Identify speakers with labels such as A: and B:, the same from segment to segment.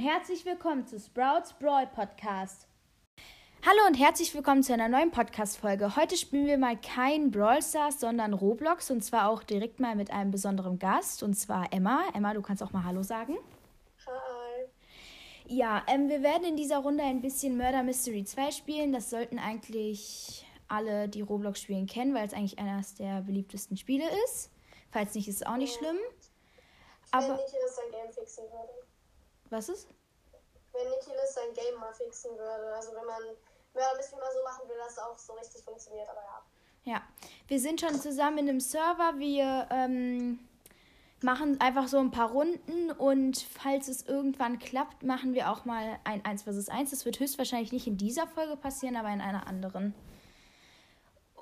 A: herzlich willkommen zu Sprouts Brawl Podcast. Hallo und herzlich willkommen zu einer neuen Podcast-Folge. Heute spielen wir mal kein Brawl Stars, sondern Roblox und zwar auch direkt mal mit einem besonderen Gast und zwar Emma. Emma, du kannst auch mal Hallo sagen.
B: Hi.
A: Ja, ähm, wir werden in dieser Runde ein bisschen Murder Mystery 2 spielen. Das sollten eigentlich alle, die Roblox spielen, kennen, weil es eigentlich eines der beliebtesten Spiele ist. Falls nicht, ist es auch nicht schlimm.
B: Wenn
A: Aber
B: Nicholas sein Game fixen würde.
A: was ist?
B: Wenn Nicholas sein Game mal fixen würde. Also wenn man Mörder Mystery mal so machen würde, dass es auch so richtig funktioniert. Aber ja.
A: Ja, wir sind schon zusammen in einem Server. Wir ähm, machen einfach so ein paar Runden und falls es irgendwann klappt, machen wir auch mal ein 1 vs 1. Das wird höchstwahrscheinlich nicht in dieser Folge passieren, aber in einer anderen.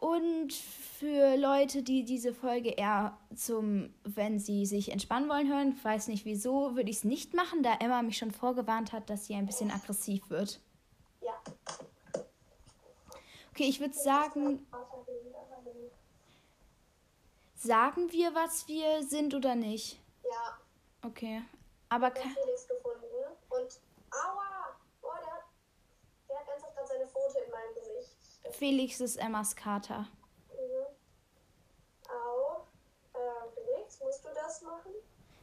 A: Und für Leute, die diese Folge eher zum, wenn sie sich entspannen wollen, hören, ich weiß nicht wieso, würde ich es nicht machen, da Emma mich schon vorgewarnt hat, dass sie ein bisschen aggressiv wird.
B: Ja.
A: Okay, ich würde sagen, sagen wir, was wir sind oder nicht?
B: Ja.
A: Okay. Aber
B: Ich
A: ke-
B: habe Felix gefunden. Und aua! Boah, der hat, der hat ernsthaft gerade seine Pfote in meinem Gesicht.
A: Felix ist Emmas Kater.
B: Mhm. Au. Äh, Felix, musst du das machen?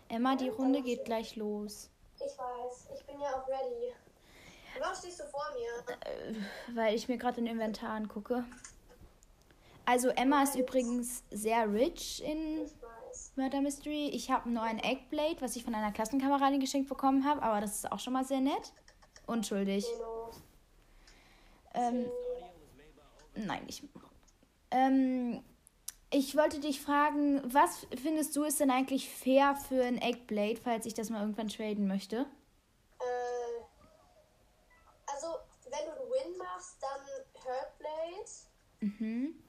A: Emma, die Runde geht gleich los.
B: Ich weiß. Ich bin ja auch ready. Warum stehst du vor mir?
A: Weil ich mir gerade den Inventar angucke. Also Emma ist übrigens sehr rich in
B: Ich weiß.
A: Murder Mystery. Ich habe nur ein Eggblade, was ich von einer Klassenkameradin geschenkt bekommen habe, aber das ist auch schon mal sehr nett. Unschuldig.
B: Genau.
A: Ähm, nein, ich. Ähm, ich wollte dich fragen, was findest du ist denn eigentlich fair für ein Eggblade, falls ich das mal irgendwann traden möchte?
B: Äh, also, wenn du einen Win machst, dann Hurtblade
A: Mhm.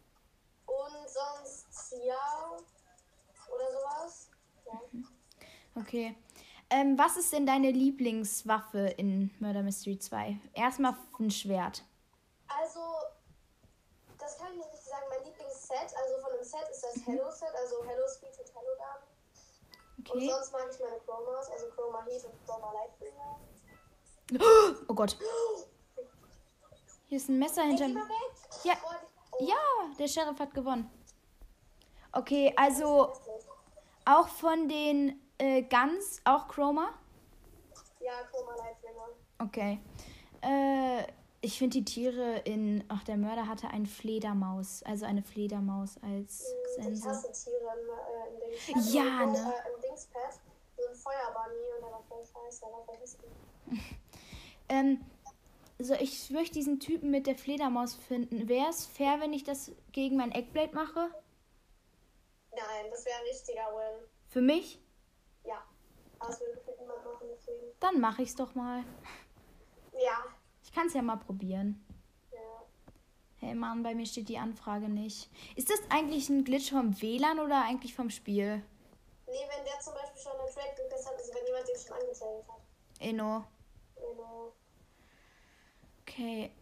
B: und sonst ja oder sowas. Ja.
A: Okay. Ähm, was ist denn deine Lieblingswaffe in Murder Mystery 2? Erstmal ein Schwert.
B: Also, das kann ich nicht richtig sagen. Mein Lieblingsset, also von einem Set, ist
A: Mhm.
B: das Hello-Set, also Hello Speed und Hello Dark. Und
A: Okay.
B: sonst mag ich meine Chromas, also Chroma Heat und Chroma Lightbringer.
A: Oh Gott. Hier ist ein Messer
B: Ey, geh
A: hinter
B: mal
A: mir.
B: weg!
A: Ja.
B: Oh, die- oh,
A: Ja, der Sheriff hat gewonnen. Okay, also
B: das nicht.
A: auch von den äh, Guns, auch Chroma?
B: Ja, Chroma Lightbringer.
A: Okay. Äh, ich finde die Tiere in. Ach, der Mörder hatte eine Fledermaus. Also eine Fledermaus als
B: Ich
A: Sense.
B: hasse Tiere im, äh, im Dings. Ich hatte
A: Ja,
B: mal so,
A: ne?
B: Äh, Im Dingspad. So ein Feuerbunny und der war voll scheiße. Der war voll hässlich.
A: Ähm, so, ich möchte diesen Typen mit der Fledermaus finden. Wäre es fair, wenn ich das gegen mein Eggblade mache?
B: Nein, das wäre ein richtiger Win.
A: Für mich?
B: Ja. Aber das würde bestimmt niemand machen, deswegen.
A: Dann mache ich es doch mal.
B: Ja.
A: Ich kann es ja mal probieren.
B: ja.
A: Hey Mann, bei mir steht die Anfrage nicht. Ist das eigentlich ein Glitch vom WLAN oder eigentlich vom Spiel?
B: Nee, wenn der zum Beispiel schon einen Track gekriegt hat, also wenn jemand den schon angezeigt hat.
A: Inno.
B: Genau.
A: Okay.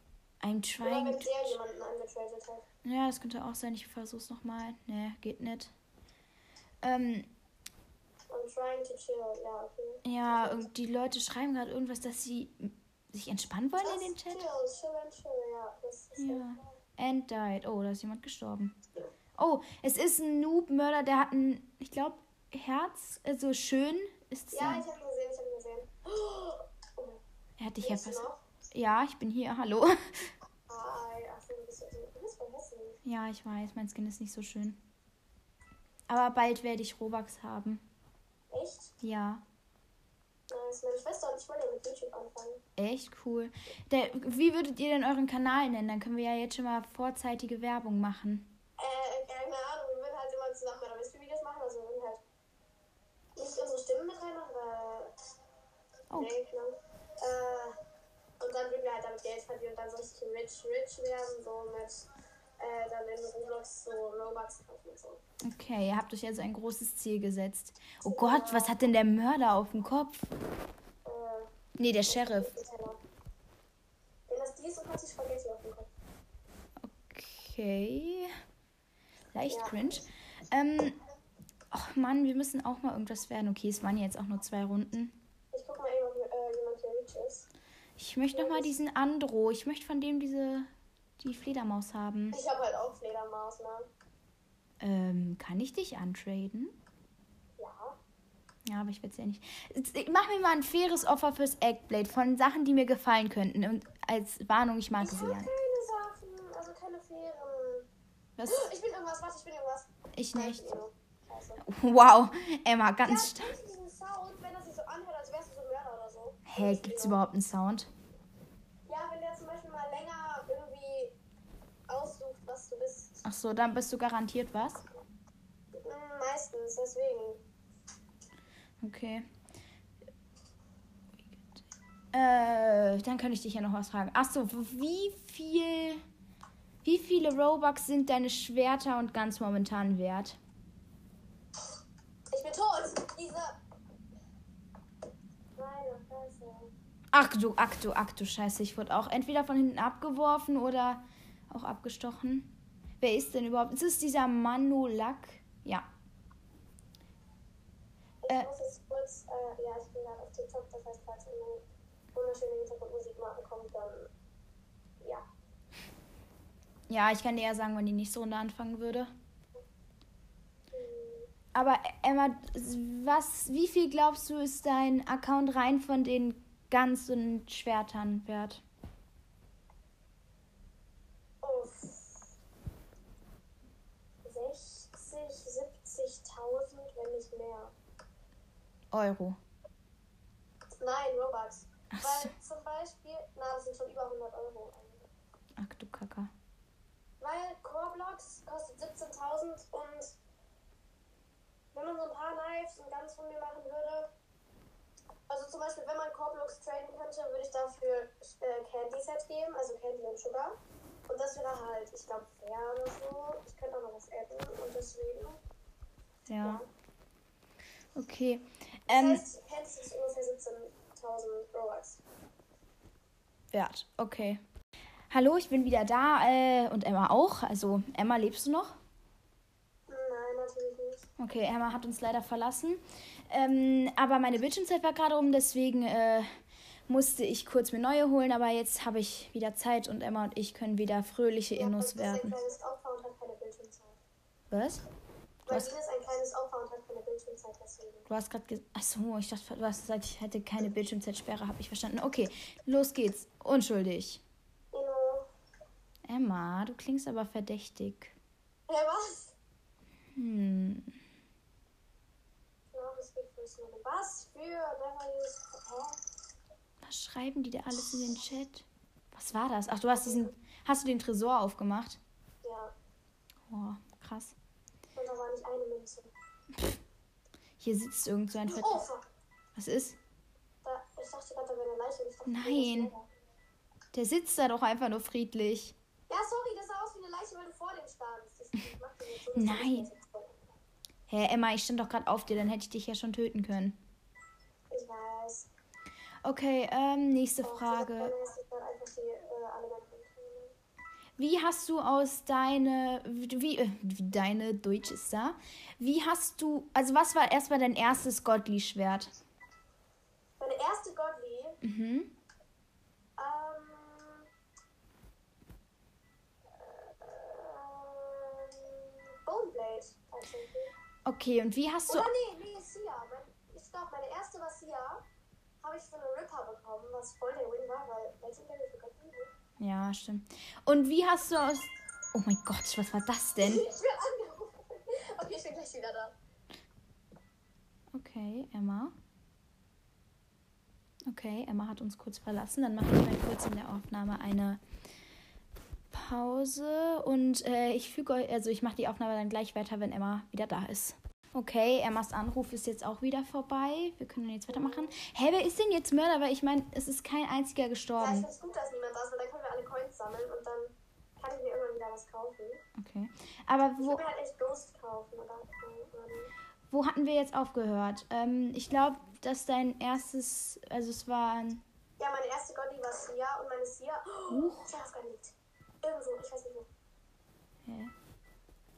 A: Ein
B: Oder wenn
A: Trying.
B: der jemanden angetradet hat.
A: Ja, das könnte auch sein. Ich versuch's nochmal. Nee, geht nicht. Ähm,
B: Und trying to chill. Ja, okay.
A: ja, und die Leute schreiben gerade irgendwas, dass sie sich entspannen wollen in den Chat.
B: Chill, chill and chill. Ja, das ist
A: Ja. And died. Oh, da ist jemand gestorben. Oh, es ist ein Noob-Mörder, der hat ein, ich glaube, Herz. Also schön ist es.
B: Ja,
A: Ja,
B: ich hab gesehen, ich hab gesehen. Oh,
A: er hat dich ja
B: bist du
A: fast.
B: noch?
A: Ja, ich bin hier. Hallo.
B: Hi. Ach, so, du bist ja so. Du bist voll hässlich.
A: Ja, ich weiß, mein Skin ist nicht so schön. Aber bald werde ich Robux haben.
B: Echt?
A: Ja.
B: Nice. Meine Schwester und ich wollen ja mit YouTube anfangen.
A: Echt cool. Der, wie würdet ihr denn euren Kanal nennen? Dann können wir ja jetzt schon mal vorzeitige Werbung machen.
B: Äh, keine Ahnung, wir würden halt immer zusammen bei der Mystery-Videos machen, also wir würden halt nicht unsere Stimmen mit reinmachen, weil.
A: Oh.
B: Nee, genau. Äh, und dann würden wir halt damit Geld verdienen und dann so richtig rich, rich werden, so mit. Äh, dann in Roblox so Robux kaufen und so.
A: Okay, ihr habt euch also ein großes Ziel gesetzt. Oh Gott, was hat denn der Mörder auf dem Kopf?
B: Äh,
A: Nee, der Sheriff.
B: Nutella. Wenn das die ist, dann hat sie Spaghetti auf dem Kopf.
A: Okay. Leicht
B: Ja.
A: cringe. Ähm, ach Mann, wir müssen auch mal irgendwas werden. Okay, es waren ja jetzt auch nur zwei Runden.
B: Ich guck mal eben, ob äh, jemand hier rich ist.
A: Ich möchte nochmal diesen Andro. Ich möchte von dem diese. die Fledermaus haben.
B: Ich habe halt auch Fledermaus, ne?
A: Ähm, kann ich dich antraden?
B: Ja.
A: Ja, aber ich will es ja nicht. Jetzt, ich- Mach mir mal ein faires Offer fürs Eggblade von Sachen, die mir gefallen könnten. Und als Warnung, ich mag
B: Ich
A: es
B: habe
A: ja.
B: keine Sachen, also keine Fähren.
A: Was?
B: Ich bin irgendwas, warte, ich bin irgendwas.
A: Ich
B: Nein,
A: nicht.
B: ich bin irgendwas. Scheiße.
A: Wow, Emma,
B: Ja,
A: ganz. st-
B: kennst du diesen Sound, wenn das sich so anhört, als wärst du so ein Mörder oder so?
A: Hä, hey, gibt's überhaupt einen Sound?
B: Ja, wenn der zum Beispiel mal länger irgendwie aussucht, was du bist.
A: Ach so, dann bist du garantiert was.
B: Hm, Meistens, deswegen.
A: Okay. Äh, dann könnte ich dich ja noch was fragen. Ach so, wie viel. Wie viele Robux sind deine Schwerter und ganz momentan wert?
B: Ich bin tot! Diese. Meine Fresse.
A: Ach du, ach du, ach du Scheiße, ich wurde auch entweder von hinten abgeworfen oder auch abgestochen. Wer ist denn überhaupt? Ist es dieser Manolak? Ja.
B: Ich
A: Äh.
B: muss jetzt kurz. Äh, ja, ich bin gerade auf TikTok, das heißt, falls ihr wunderschöne Hintergrundmusik mal bekommt, dann. Ja.
A: Ja, ich kann dir ja sagen, wenn die nächste Runde anfangen würde.
B: Hm.
A: Aber Emma, was, wie viel glaubst du, ist dein Account rein von den ganzen Schwertern wert?
B: Oh. 60, 70.000, wenn nicht mehr.
A: Euro.
B: Nein, Robux.
A: Ach so.
B: Weil zum Beispiel, na, das sind schon über 100 Euro. eigentlich.
A: Ach du Kacker.
B: Weil Core Blocks kostet 17.000 und wenn man so ein paar Knives und ganz von mir machen würde, also zum Beispiel, wenn man Core Blocks traden könnte, würde ich dafür äh, Candy Set geben, also Candy und Sugar. Und das wäre halt, ich glaube, fair oder so. Ich könnte auch noch was adden und deswegen.
A: Ja.
B: Ja.
A: Okay.
B: Das
A: Ähm,
B: heißt, Pants ist ungefähr 17.000 Robux.
A: wert. Okay. Hallo, ich bin wieder da. Äh, und Emma auch. Also, Emma, lebst du noch?
B: Nein, natürlich nicht.
A: Okay, Emma hat uns leider verlassen. Ähm, aber meine Bildschirmzeit war gerade um, deswegen äh, musste ich kurz mir neue holen. Aber jetzt habe ich wieder Zeit und Emma und ich können wieder fröhliche Innos
B: Weil
A: werden.
B: Dina ist ein kleines Opfer und hat keine Bildschirmzeit.
A: Was?
B: Weil
A: Was?
B: Dina ist ein kleines Opfer und hat keine Bildschirmzeit, deswegen.
A: Du hast gerade gesagt. Achso, ich dachte, du hast gesagt, ich hätte keine Bildschirmzeitsperre, habe ich verstanden. Okay, los geht's. Unschuldig.
B: Inno.
A: Emma, du klingst aber verdächtig.
B: Hä, Äh, was?
A: Hm.
B: No respect for his woman. Was für? Never use. Hä?
A: Was schreiben die da alles in den Chat? Was war das? Ach, du hast diesen. Hast du den Tresor aufgemacht?
B: Ja.
A: Oh, krass.
B: Und da war nicht eine Münze.
A: Hier sitzt irgend so ein Ver
B: Oh, fuck.
A: Was ist?
B: Da, ich dachte gerade, da wäre eine Leiche. Ich dachte,
A: Nein. Der sitzt da doch einfach nur friedlich.
B: Ja, sorry, das sah aus wie eine Leiche, weil du vor dem standst. Das macht mir jetzt so
A: Nein. Hä, Emma, ich stand doch gerade auf dir, dann hätte ich dich ja schon töten können.
B: Ich weiß.
A: Okay, ähm, nächste
B: Oh,
A: Frage.
B: Ich hab gerade einfach die, äh, alle meine Hände genommen.
A: Wie hast du aus deine wie, äh, wie deine Deutsch ist da? Wie hast du also was war erstmal dein erstes Gottlieb Schwert?
B: Meine erste Godly,
A: Mhm.
B: ähm. äh, ähm, Boneblade tatsächlich.
A: Okay, und wie hast du
B: Oder nee, nee, Sia. Mein, ich glaube, meine erste war Sia. Habe ich von einem Ripper bekommen, was voll der Win war, weil Legendary für Godly.
A: Ja, stimmt. Und wie hast du aus Oh mein Gott, was war das denn?
B: Ich will angerufen. Okay, ich bin gleich wieder da.
A: Okay, Emma. Okay, Emma hat uns kurz verlassen. Dann mache ich mal kurz in der Aufnahme eine Pause und äh, ich füge euch, also ich mache die Aufnahme dann gleich weiter, wenn Emma wieder da ist. Okay, Emmas Anruf ist jetzt auch wieder vorbei. Wir können jetzt weitermachen. Hä, wer ist denn jetzt Mörder? Weil ich meine, es ist kein einziger
B: Ja, ich
A: gestorben.
B: finde es gut, dass niemand da ist, weil dann können wir alle Coins sammeln und dann kann ich mir irgendwann wieder was kaufen.
A: Okay. Aber
B: Ich
A: wo,
B: will mir halt echt Ghost kaufen oder so.
A: wo hatten wir jetzt aufgehört? Ähm, ich glaube, dass dein erstes, also es war ein
B: Ja, meine erste Gotti war Sia und meine Sia. Oh,
A: Huch.
B: ich hab aufgelegt. Irgendwo, ich weiß nicht wo.
A: Hä?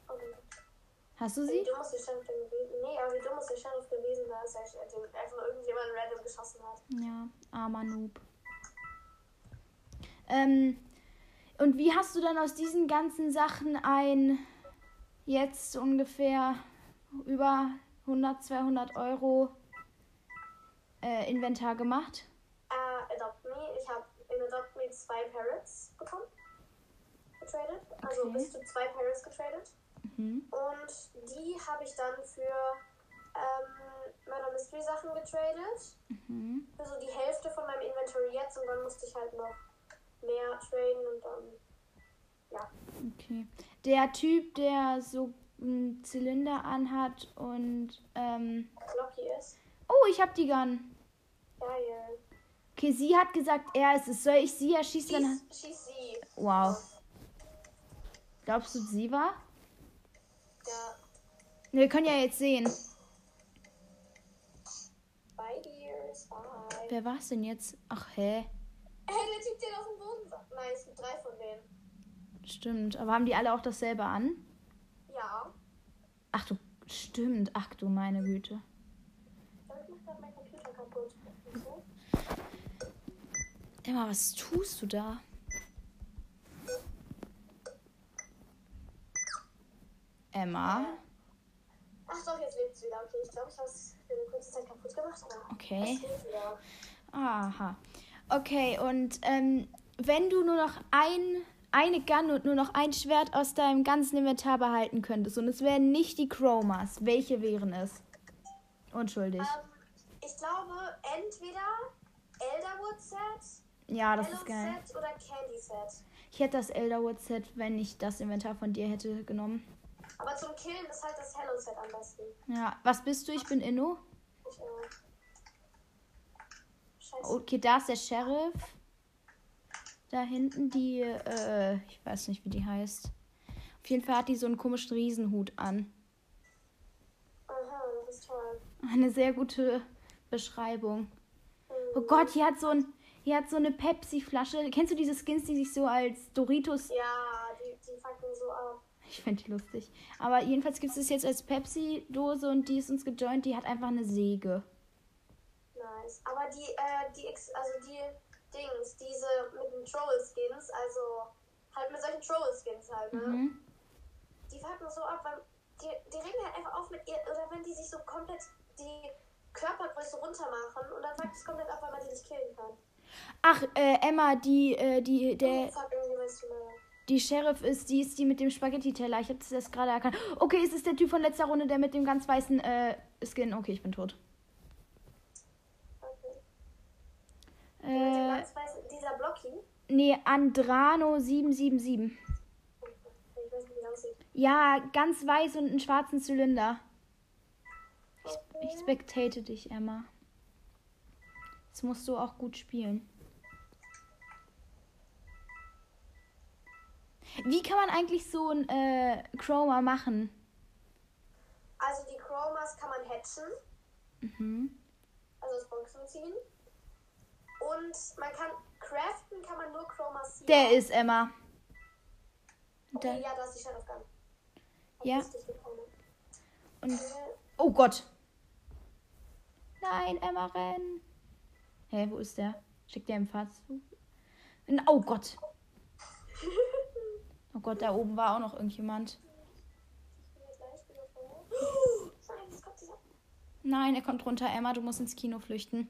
B: Okay.
A: Hast du
B: Wie
A: sie?
B: dumm muss der Sheriff denn gewesen Nee, aber wie dumm muss der Sheriff also gewesen sein, dass er den- einfach irgendjemand random geschossen hat.
A: Ja, armer Noob. Ähm, und wie hast du dann aus diesen ganzen Sachen ein jetzt ungefähr über 100, 200 Euro äh, Inventar gemacht?
B: Äh, Adopt Me. Ich habe in Adopt Me zwei Parrots bekommen. Getradet. Also
A: Okay.
B: bis zu zwei Parrots getradet.
A: Mhm.
B: Und die habe ich dann für ähm, Murder Mystery Sachen getradet.
A: Mhm.
B: Für so die Hälfte von meinem Inventory jetzt und dann musste ich halt noch mehr traden und dann.
A: Okay. Der Typ, der so einen Zylinder anhat und ähm,
B: Glocky ist.
A: oh, ich hab die Gun.
B: Geil.
A: Okay, sie hat gesagt, er ist es. Soll ich sie erschießen? Dann...
B: She's, she's sie.
A: Wow. Glaubst du, sie war?
B: Ja,
A: Ne, Wir können ja jetzt sehen.
B: bei dir ist bei.
A: Wer war es denn jetzt? Ach, hä?
B: Hey, der Typ, der auf dem Boden war. Nein, es sind drei von denen.
A: Stimmt. Aber haben die alle auch dasselbe an?
B: Ja.
A: Ach du, stimmt. Ach du meine Güte.
B: Aber Ich mach grad meinen Computer kaputt. So.
A: Emma, was tust du da? Emma?
B: Ach doch, jetzt lebt's wieder. Okay, ich glaube, ich habe es für eine kurze Zeit kaputt gemacht, aber
A: Okay.
B: es lebt wieder.
A: Aha. Okay, und ähm, wenn du nur noch ein, eine Gun und nur noch ein Schwert aus deinem ganzen Inventar behalten könntest und es wären nicht die Chromas, welche wären es? Unschuldig.
B: Ähm, ich glaube, entweder Elderwood Set,
A: Ja, Ah, das
B: Hello
A: ist geil.
B: Set oder Candy Set.
A: Ich hätte das Elderwood Set, wenn ich das Inventar von dir hätte genommen.
B: Aber zum Killen ist halt das Hello Set am besten.
A: Ja, was bist du? Ich bin Inno.
B: Ich, äh, Scheiße.
A: Okay, da ist der Sheriff. Da hinten die, äh, ich weiß nicht, wie die heißt. Auf jeden Fall hat die so einen komischen Riesenhut an.
B: Aha, das ist toll.
A: Eine sehr gute Beschreibung. Oh
B: Hm.
A: Gott, hier hat so ein, hier hat so eine Pepsi-Flasche. Kennst du diese Skins, die sich so als Doritos
B: Ja, die, die fucken so ab.
A: Ich finde die lustig. Aber jedenfalls gibt es das jetzt als Pepsi-Dose und die ist uns gejoint. Die hat einfach eine Säge.
B: Nice. Aber die, äh, die X, also die Dings, diese mit den Troll-Skins, also halt mit solchen Troll-Skins halt, ne?
A: Mhm.
B: Die fucken so ab, weil die, die ringen halt einfach auf mit ihr, oder wenn die sich so komplett die Körpergröße runter machen und dann fuckt es komplett ab, weil man die nicht killen kann.
A: Ach, äh, Emma, die, äh, die, der,
B: Oh, fuck, irgendwie meinst du mal.
A: die Sheriff ist, die ist die mit dem Spaghetti-Teller. Ich habe das erst gerade erkannt. Okay, es ist der Typ von letzter Runde, der mit dem ganz weißen äh, Skin. Okay, ich bin tot.
B: Okay. Mit dem
A: Äh,
B: ganz weißen- dieser Blocky,
A: nee, Andrano777.
B: ich weiß nicht, wie der aussieht.
A: Ja, ganz weiß und einen schwarzen Zylinder. Ich, ich spectate dich, Emma. Jetzt musst du auch gut spielen. Wie kann man eigentlich so ein äh, Chroma machen?
B: Also die Chromas kann man hatchen.
A: Mhm.
B: also das Boxen ziehen. Und man kann craften, kann man nur chromassieren.
A: Der ist Emma. Und
B: Okay,
A: der,
B: ja, da ist die Shadow Gun. Hab
A: Ja.
B: ich richtig bekommen.
A: und,
B: Äh,
A: oh Gott. Nein, Emma, renn. Hä, wo ist der? Schickt der im Fahrzug? N- Oh Gott. Oh Gott, da oben war auch noch irgendjemand.
B: ich bin jetzt gleich wieder vor. Nein, jetzt kommt dieser.
A: Nein, er kommt runter, Emma, du musst ins Kino flüchten.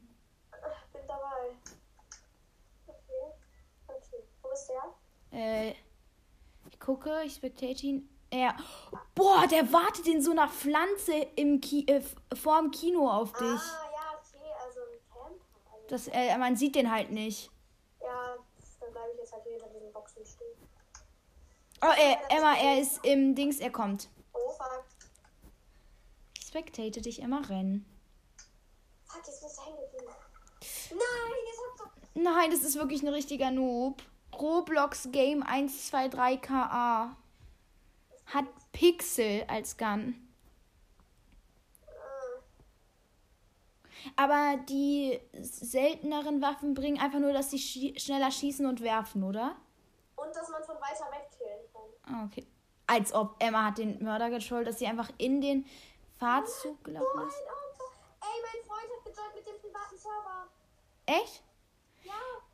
B: Ach, bin dabei. Okay. Okay. Wo ist der?
A: Äh, ich gucke, ich spectate ihn. Er. Boah, der wartet in so einer Pflanze im Ki äh, vorm Kino auf dich.
B: Ah, ja, okay. Also ein Camper. Also,
A: Das, äh, man sieht den halt nicht.
B: ja, dann bleibe ich jetzt halt hier hinter diesen Boxen stehen.
A: Oh, äh, Emma, er ist im Dings, er kommt.
B: Oh, fuck.
A: Ich spectate dich, Emma, rennen.
B: Fuck, jetzt bist du hängen geblieben. Nein, jetzt hab doch.
A: Nein, das ist wirklich ein richtiger Noob. Roblox Game 123KA. Hat Pixel als Gun.
B: Ah.
A: Aber die selteneren Waffen bringen einfach nur, dass sie schi schneller schießen und werfen, oder?
B: Und dass man von weiter weg killen kann.
A: Ah, Okay. Als ob Emma hat den Mörder geschuldet, dass sie einfach in den Fahrzug
B: Oh
A: gelaufen
B: mein
A: ist.
B: Opfer. Ey, mein Freund hat gejoint mit dem privaten Server.
A: Echt?
B: Ja.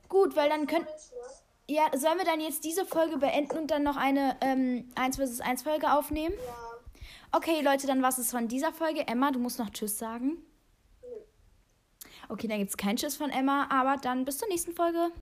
A: Gut, weil dann können.
B: Switch, ne?
A: Ja, sollen wir dann jetzt diese Folge beenden und dann noch eine ähm, 1 vs 1 Folge aufnehmen?
B: Ja.
A: Okay, Leute, dann war's es von dieser Folge. Emma, du musst noch Tschüss sagen.
B: Nö.
A: Okay, dann gibt's keinen Tschüss von Emma, aber dann bis zur nächsten Folge.